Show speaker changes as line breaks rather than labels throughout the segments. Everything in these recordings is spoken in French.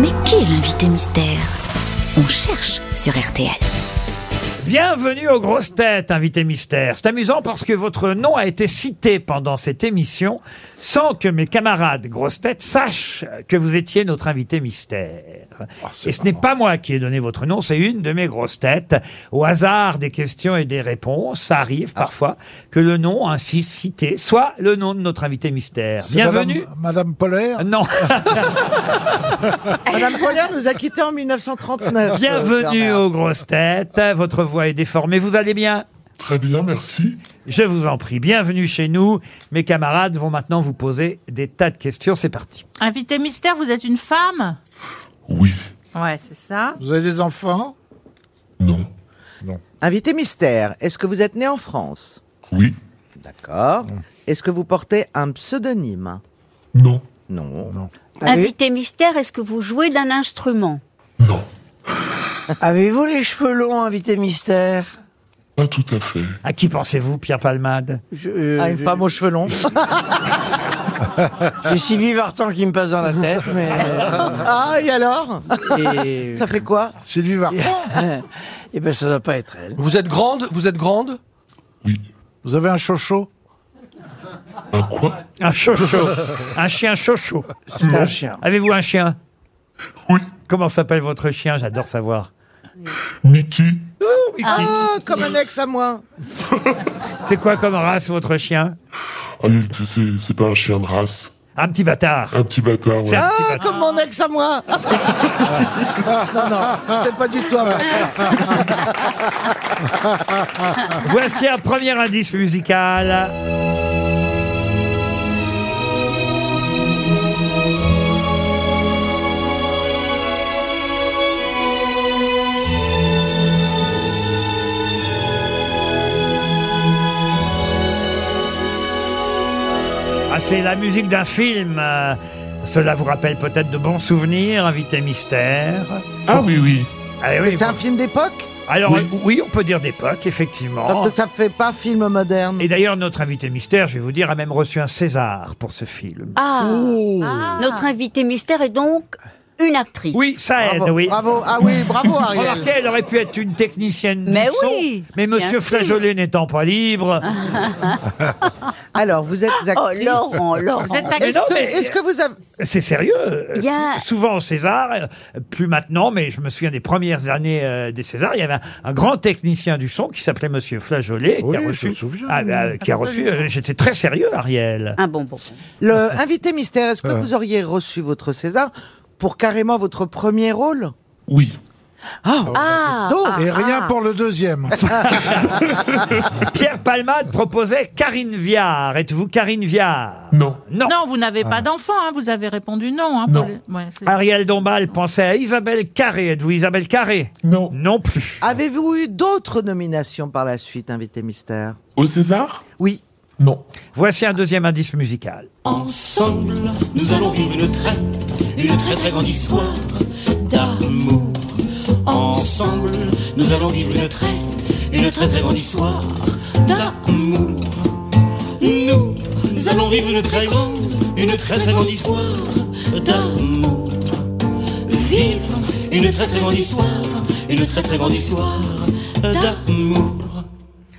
Mais qui est l'invité mystère On cherche sur RTL.
Bienvenue aux grosses têtes, invité mystère. C'est amusant parce que votre nom a été cité pendant cette émission sans que mes camarades grosses têtes sachent que vous étiez notre invité mystère. et ce n'est pas moi qui ai donné votre nom, c'est une de mes grosses têtes. Au hasard des questions et des réponses, ça arrive parfois que le nom ainsi cité soit le nom de notre invité mystère.
C'est
Bienvenue.
Madame, Madame Polaire.
Non.
Madame Polaire nous a quittés en 1939. euh,
Bienvenue aux grosses têtes. Votre voix est déformée. Vous allez bien
Très bien, merci.
Je vous en prie. Bienvenue chez nous. Mes camarades vont maintenant vous poser des tas de questions. C'est parti.
Invité mystère, vous êtes une femme
Oui,
Ouais, c'est ça.
Vous avez des enfants
non,
Invité mystère, est-ce que vous êtes né en France
oui,
D'accord. Est-ce que vous portez un pseudonyme
non,
Non.
Invité mystère, est-ce que vous jouez d'un instrument
non.
Avez-vous les cheveux longs, invité mystère
Pas tout à fait.
À qui pensez-vous, Pierre Palmade
Je- euh,
Ah, une
je-
femme aux cheveux longs.
J'ai Sylvie Vartan qui me passe dans la tête, mais. euh,
ah, et alors
et,
Ça fait quoi
Sylvie Vartan.
et ben, ça doit pas être elle.
Vous êtes grande Vous êtes grande
Oui.
Vous avez un chocho
Un quoi
Un chocho. un chien chocho.
C'est un chien.
Avez-vous un chien
Oui,
Comment s'appelle votre chien J'adore savoir.
Mickey,
Ah, comme un ex à moi. Ah,
C'est quoi comme race votre chien
Ah, il était- c'est c'est pas un chien de race.
Un petit bâtard.
Un petit bâtard,
C'est
ouais.
un petit
Ah,
bâtard.
comme mon ex à moi. non, non, c'est pas du tout à moi.
Voici un premier indice musical. Ah, c'est la musique d'un film. Euh, Cela vous rappelle peut-être de bons souvenirs, invité mystère.
Ah oui, oui.
Ah oui,
Mais c'est un film d'époque
alors
Oui.
euh, oui, on peut dire d'époque, effectivement.
Parce que ça fait pas film moderne.
Mhm.
Et d'ailleurs, notre invité mystère, je vais vous dire, a même reçu un César pour ce film.
Ah
Ah.
Notre invité mystère est donc une actrice.
Oui, ça aide,
Bravo,
oui.
bravo. Ah oui, bravo Ariel.
Remarquez, elle aurait pu être une technicienne
Mais
du son,
oui,
mais Monsieur
bien sûr. Ah.
Flageolet n'étant pas libre,
Alors, vous êtes
Oh,
actrice.
Laurent, Laurent.
Vous êtes
Mais
actrice.
non,
Est-ce que-
mais-
Est-ce que vous avez...
c'est sérieux. Euh,
Il y a-
sou- Souvent au César, euh, plus maintenant, mais je me souviens des premières années euh, des Césars, il y avait un, un grand technicien du son qui s'appelait Monsieur Flageolet,
Oui,
qui a
je
reçu.
me souviens.
Ah, bah, qui a reçu. euh, J'étais très sérieux, Ariel.
Un bon bon.
Le invité mystère, est-ce que vous auriez reçu votre César pour carrément votre premier rôle
Oui.
Ah
Ah,
donc,
ah,
Et rien
ah.
pour le deuxième.
Pierre Palmade proposait Karine Viard. Êtes-vous Karine Viard
Non,
Non. Ah.
Non, vous n'avez pas d'enfant, hein, vous avez répondu non. hein,
Non.
les- ouais, c'est-
Mm. Ariel Dombal pensait à Isabelle Carré. Êtes-vous Isabelle Carré
non.
Non plus.
Avez-vous eu d'autres nominations par la suite, invité mystère
Au César
Oui.
Non.
Voici un deuxième indice musical.
Ensemble, nous allons vivre une très, une très très grande histoire d'amour. Ensemble, nous allons vivre une très, une très très grande histoire d'amour. Nous allons vivre une très grande, une très très grande histoire d'amour. Vivre une très très grande histoire, une très très grande histoire d'amour.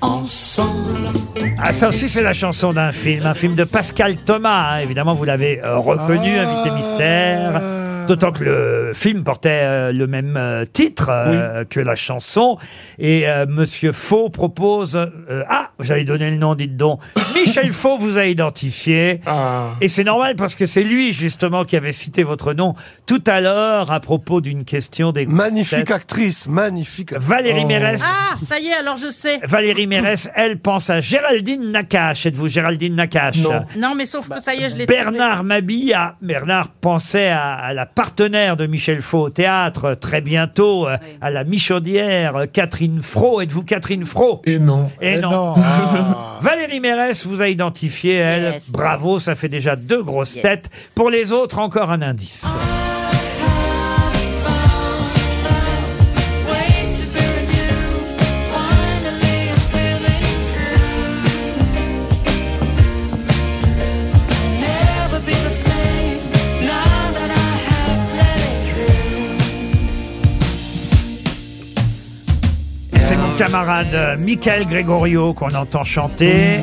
Ensemble.
Ah, ça aussi, c'est la chanson d'un film, un film de Pascal Thomas. hein. Évidemment, vous l'avez euh, reconnu,
Ah.
Invité Mystère. D'autant que le film portait euh, le même euh, titre euh, que la chanson. Et euh, Monsieur Faux propose... euh, ah, j'allais donner le nom, dites donc. Michel Faux vous a identifié.
Ah,
Et c'est normal parce que c'est lui justement qui avait cité votre nom tout à l'heure à propos d'une question des grosses
Magnifique
têtes.
actrice, magnifique.
Valérie
Oh.
Mérès.
Ah, ça y est, alors je sais.
Valérie Mérès, elle pense à Géraldine Nakache. Êtes-vous Géraldine Nakache
Non.
Non, mais sauf que ça y est, je
Bah.
l'ai
Bernard Mabille, ah, Bernard pensait à, à la partenaire de Michel Faux au théâtre euh, très bientôt, euh, à la Michaudière, euh, Catherine Fro. Êtes-vous Catherine Fro
et non.
Et
Eh
non.
Ah.
Valérie Mérès vous a identifié, elle.
Yes.
Bravo, ça fait déjà deux grosses têtes. Pour les autres, encore un indice.
Never be the same now that I have let it through.
camarade euh, Michael Gregorio qu'on entend chanter.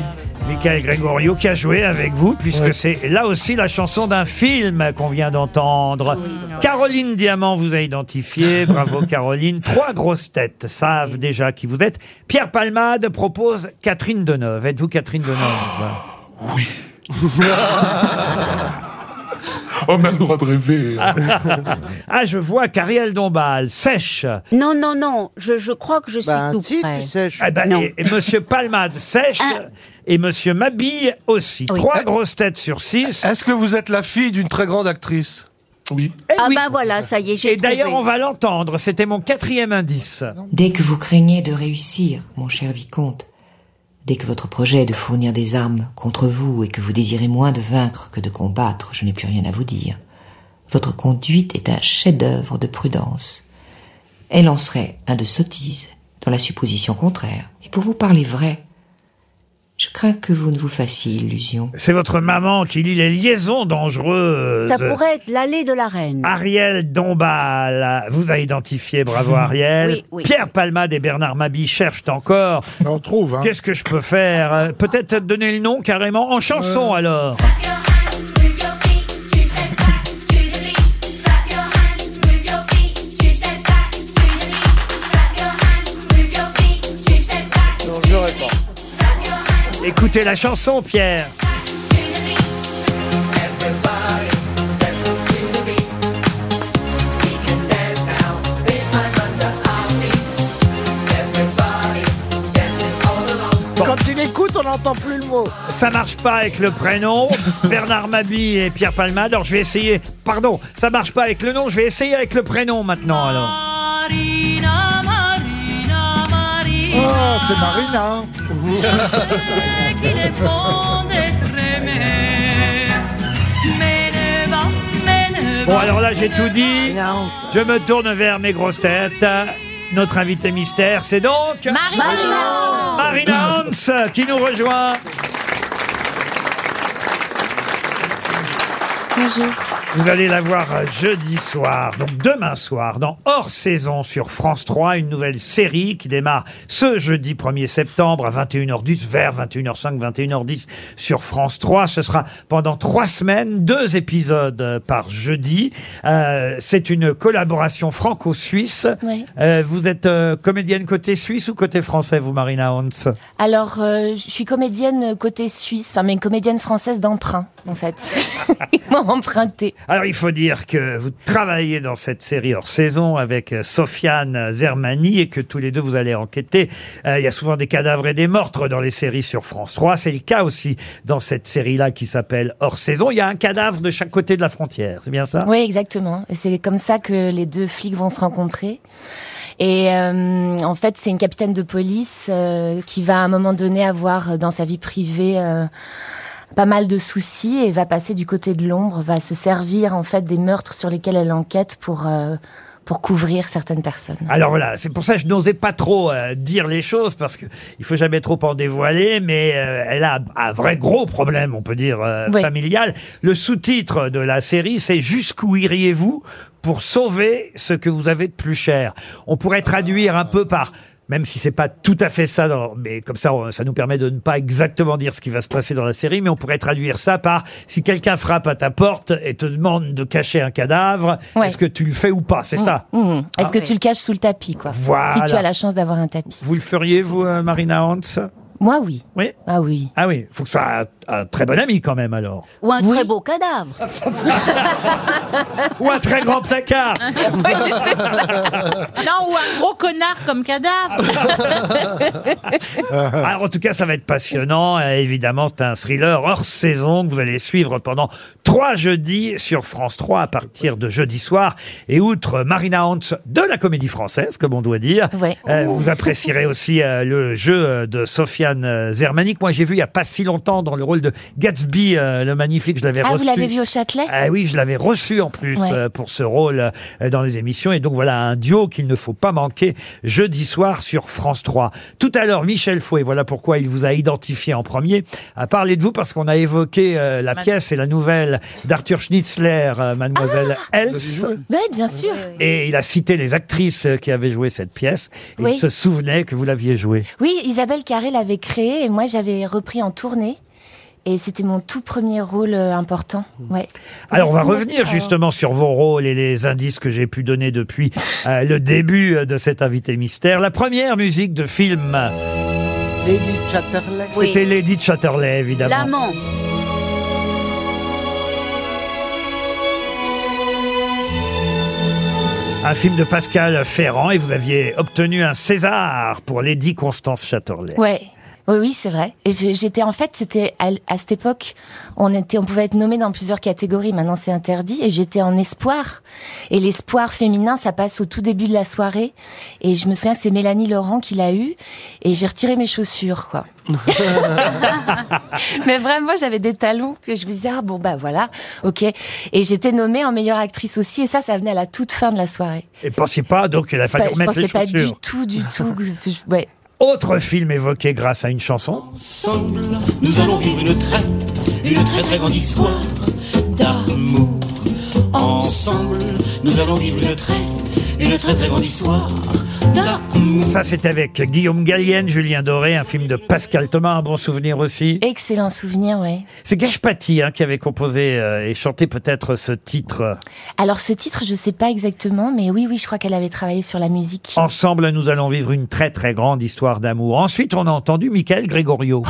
Michael Gregorio qui a joué avec vous, puisque c'est là aussi la chanson d'un film qu'on vient d'entendre. Caroline Diamant vous a identifié. Bravo Caroline. Trois grosses têtes savent déjà qui vous êtes. Pierre Palmade propose Catherine Deneuve. Êtes-vous Catherine Deneuve
Oh.
Oui. Oh, On a le droit de rêver.
Ah, je vois qu'Ariel Dombal sèche.
Non, non, non, je, je crois que je suis
Bah,
Ben
tout
si,
près.
tu sais. je-
Eh ben,
Non.
et, et Monsieur Palmade sèche
Ah.
et Monsieur Mabille aussi.
Oui. Ah.
Trois grosses têtes sur six.
Est-ce que vous êtes la fille d'une très grande actrice
Oui.
Eh
Ah
oui.
bah voilà, ça y est, j'ai
Et d'ailleurs,
trouvé.
on va l'entendre. C'était mon quatrième indice.
Dès que vous craignez de réussir, mon cher vicomte, dès que votre projet est de fournir des armes contre vous et que vous désirez moins de vaincre que de combattre, je n'ai plus rien à vous dire. Votre conduite est un chef-d'œuvre de prudence. Elle en serait un de sottise dans la supposition contraire. Et pour vous parler vrai, je crains que vous ne vous fassiez illusion.
C'est votre maman qui lit les liaisons dangereuses.
Ça pourrait être l'allée de la reine.
Ariel Dombal vous a identifié, bravo Ariel.
Oui, oui.
Pierre Palmade et Bernard Mabille cherchent encore.
On trouve, hein.
Qu'est-ce que je peux faire Euh, Peut-être donner le nom carrément en chanson alors. Écoutez la chanson, Pierre.
Quand tu l'écoutes, on n'entend plus le mot.
Ça marche pas avec le prénom. Bernard Mabille et Pierre Palmade. Alors je vais essayer. Pardon, ça marche pas avec le nom. Je vais essayer avec le prénom maintenant alors.
Marina, Marina, Marina,
Ah, c'est Marina.
qui dépend d'être aimée. Mais ne va, mais ne
Bon
va.
alors là j'ai tout dit. Je me tourne vers mes grosses têtes. Notre invité mystère, c'est donc
Marina
Marina Hans qui nous rejoint. Vous allez la voir euh, jeudi soir, donc demain soir, dans Hors Saison sur France 3, une nouvelle série qui démarre ce jeudi 1er septembre à 21h10, vers 21h05, 21h10 sur France 3. Ce sera pendant trois semaines, deux épisodes euh, par jeudi. Euh, C'est une collaboration franco-suisse.
Ouais.
Euh, vous êtes euh, comédienne côté suisse ou côté français, vous, Marina Hans
Alors, euh, je suis comédienne côté suisse, enfin, mais comédienne française d'emprunt, en fait. Ils m'ont emprunté.
Alors, il faut dire que vous travaillez dans cette série hors saison avec euh, Sofiane Zermani et que tous les deux, vous allez enquêter. Euh, il y a souvent des cadavres et des meurtres dans les séries sur France 3. C'est le cas aussi dans cette série-là qui s'appelle Hors saison. Il y a un cadavre de chaque côté de la frontière. C'est bien ça
Oui, exactement. Et c'est comme ça que les deux flics vont se rencontrer. Et euh, en fait, c'est une capitaine de police euh, qui va à un moment donné avoir euh, dans sa vie privée euh, pas mal de soucis et va passer du côté de l'ombre, va se servir en fait des meurtres sur lesquels elle enquête pour euh, pour couvrir certaines personnes.
Alors voilà, c'est pour ça que je n'osais pas trop euh, dire les choses parce que il faut jamais trop en dévoiler, mais euh, elle a un vrai gros problème, on peut dire euh,
Oui.
familial. Le sous-titre de la série, c'est jusqu'où iriez-vous pour sauver ce que vous avez de plus cher. On pourrait traduire un peu par même si c'est pas tout à fait ça, dans- mais comme ça, on- ça nous permet de ne pas exactement dire ce qui va se passer dans la série, mais on pourrait traduire ça par si quelqu'un frappe à ta porte et te demande de cacher un cadavre,
Ouais.
est-ce que tu le fais ou pas C'est ça.
Mhm. Est-ce que tu le caches sous le tapis, quoi
Ah, Voilà.
Si tu as la chance d'avoir un tapis.
Vous le feriez, vous, euh, Marina Hans
Moi, oui.
Oui.
Ah oui.
Ah oui, faut que ce soit un, un très bon ami quand même alors.
Ou un
Oui.
très beau cadavre.
Ou un très grand placard.
Non, ou un gros connard comme cadavre
Alors, en tout cas, ça va être passionnant. Euh, évidemment, c'est un thriller hors saison que vous allez suivre pendant trois jeudis sur France 3 à partir de jeudi soir. Et outre Marina Hans de la comédie française, comme on doit dire,
Ouais.
euh, vous apprécierez aussi euh, le jeu euh, de Sofiane euh, Zermanik. Moi, j'ai vu il n'y a pas si longtemps dans le rôle de Gatsby, euh, le magnifique, je l'avais
Ah,
reçu.
vous l'avez vu au Châtelet
Ah oui, je l'avais reçu reçu en plus
Ouais.
euh, pour ce rôle euh, dans les émissions. Et donc voilà un duo qu'il ne faut pas manquer jeudi soir sur France 3. Tout à l'heure, Michel Fouet, voilà pourquoi il vous a identifié en premier, a parlé de vous parce qu'on a évoqué euh, la pièce et la nouvelle d'Arthur Schnitzler, euh, Mademoiselle
Ah
Else.
Oui, bien sûr.
Et il a cité les actrices euh, qui avaient joué cette pièce. Et
Oui.
Il se souvenait que vous l'aviez jouée.
Oui, Isabelle Carré l'avait créé et moi j'avais repris en tournée. Et c'était mon tout premier rôle euh, important. Ouais.
Alors, on va
Justement,
revenir
euh,
justement sur vos rôles et les indices que j'ai pu donner depuis euh, le début euh, de cet invité mystère. La première musique de film,
Lady Chatterley.
c'était Lady Chatterley, évidemment.
L'amant.
Un film de Pascal Ferrand et vous aviez obtenu un César pour Lady Constance Chatterley.
Ouais. Oui, oui, c'est vrai. Et j'ai- j'étais en fait, c'était à, l- à cette époque, on était, on pouvait être nommé dans plusieurs catégories. Maintenant, c'est interdit. Et j'étais en espoir. Et l'espoir féminin, ça passe au tout début de la soirée. Et je me souviens que c'est Mélanie Laurent qui l'a eu. Et j'ai retiré mes chaussures, quoi. Mais vraiment, j'avais des talons que je me disais, ah bon, bah voilà, ok. Et j'étais nommée en meilleure actrice aussi. Et ça, ça venait à la toute fin de la soirée.
Et pensez pas donc qu'il a fallu
Pas- Bah, je
remettre les
pensais pas du
chaussures.
tout, du tout. que je- Ouais.
Autre film évoqué grâce à une chanson.
Ensemble, nous allons vivre une très, une très très grande histoire d'amour. Ensemble, nous allons vivre une très, une très très grande histoire.
Ça, c'est avec Guillaume Gallienne, Julien Doré, un film de Pascal Thomas, un bon souvenir aussi.
Excellent souvenir, ouais.
C'est Gage Paty hein, qui avait composé euh, et chanté peut-être ce titre. euh,
Alors ce titre, je sais pas exactement, mais oui, oui, je crois qu'elle avait travaillé sur la musique.
Ensemble, nous allons vivre une très très grande histoire d'amour. Ensuite, on a entendu Michael Gregorio.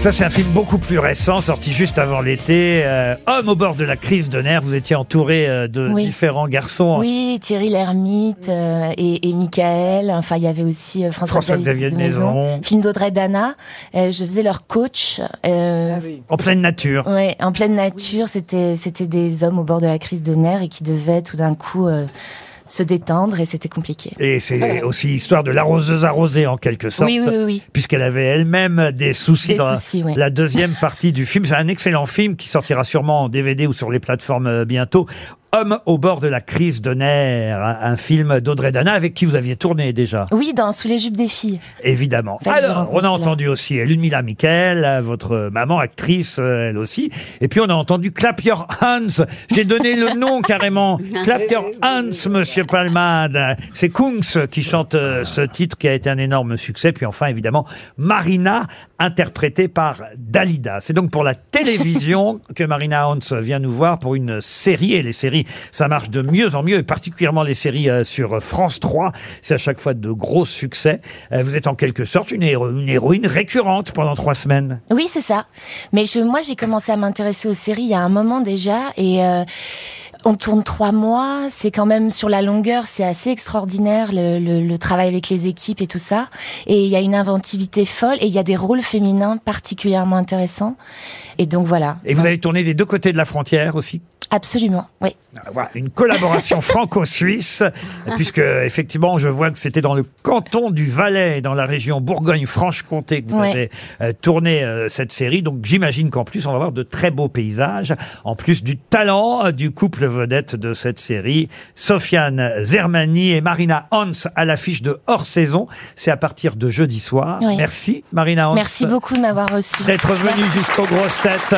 Ça, c'est un film beaucoup plus récent, sorti juste avant l'été. Euh, Homme au bord de la crise de nerfs, vous étiez entouré euh, de
Oui.
différents garçons.
Oui, Thierry Lhermitte euh, et, et Michael. Enfin, il y avait aussi euh, François,
François-Xavier de Maison.
Film d'Audrey Dana. Euh, je faisais leur coach. euh,
Ah
En pleine nature.
Ouais, en pleine nature, c'était c'était des hommes au bord de la crise de nerfs et qui devaient tout d'un coup euh, se détendre et c'était compliqué.
Et c'est aussi l'histoire de l'arroseuse arrosée, en quelque sorte.
Oui, oui, oui, oui.
Puisqu'elle avait elle-même des soucis
Des
dans la-
soucis, ouais.
la deuxième partie du film. C'est un excellent film qui sortira sûrement en DVD ou sur les plateformes euh, bientôt. Homme au bord de la crise de nerfs, un un film d'Audrey Dana avec qui vous aviez tourné déjà.
Oui, dans Sous les jupes des filles.
Évidemment.
Faites des
Alors, on a
rencontres, là.
entendu aussi Ludmila Michael, euh, votre maman actrice, euh, elle aussi. Et puis, on a entendu Clap Your Hands. J'ai donné le nom carrément. Clap Your Hands, monsieur Palmade. C'est Kungs qui chante euh, ce titre qui a été un énorme succès. Puis enfin, évidemment, Marina, interprétée par Dalida. C'est donc pour la télévision que Marina Hans vient nous voir pour une série. Et les séries, ça marche de mieux en mieux, et particulièrement les séries euh, sur France 3. C'est à chaque fois de gros succès. Euh, Vous êtes en quelque sorte une, héro- une héroïne récurrente pendant trois semaines.
Oui, c'est ça. Mais je, moi, j'ai commencé à m'intéresser aux séries il y a un moment déjà. Et euh, on tourne trois mois. C'est quand même sur la longueur. C'est assez extraordinaire le, le- le travail avec les équipes et tout ça. Et il y a une inventivité folle. Et il y a des rôles féminins particulièrement intéressants. Et donc voilà.
Et vous avez tourné des deux côtés de la frontière aussi
Absolument. Oui.
Ah, voilà, une collaboration franco-suisse, puisque effectivement, je vois que c'était dans le canton du Valais, dans la région Bourgogne-Franche-Comté, que vous
Ouais.
avez euh, tourné euh, cette série. Donc j'imagine qu'en plus, on va voir de très beaux paysages, en plus du talent euh, du couple vedette de cette série, Sofiane Zermani et Marina Hans à l'affiche de hors saison. C'est à partir de jeudi soir.
Ouais.
Merci Marina Hans
Merci beaucoup de m'avoir reçu.
d'être venue jusqu'aux grosses têtes.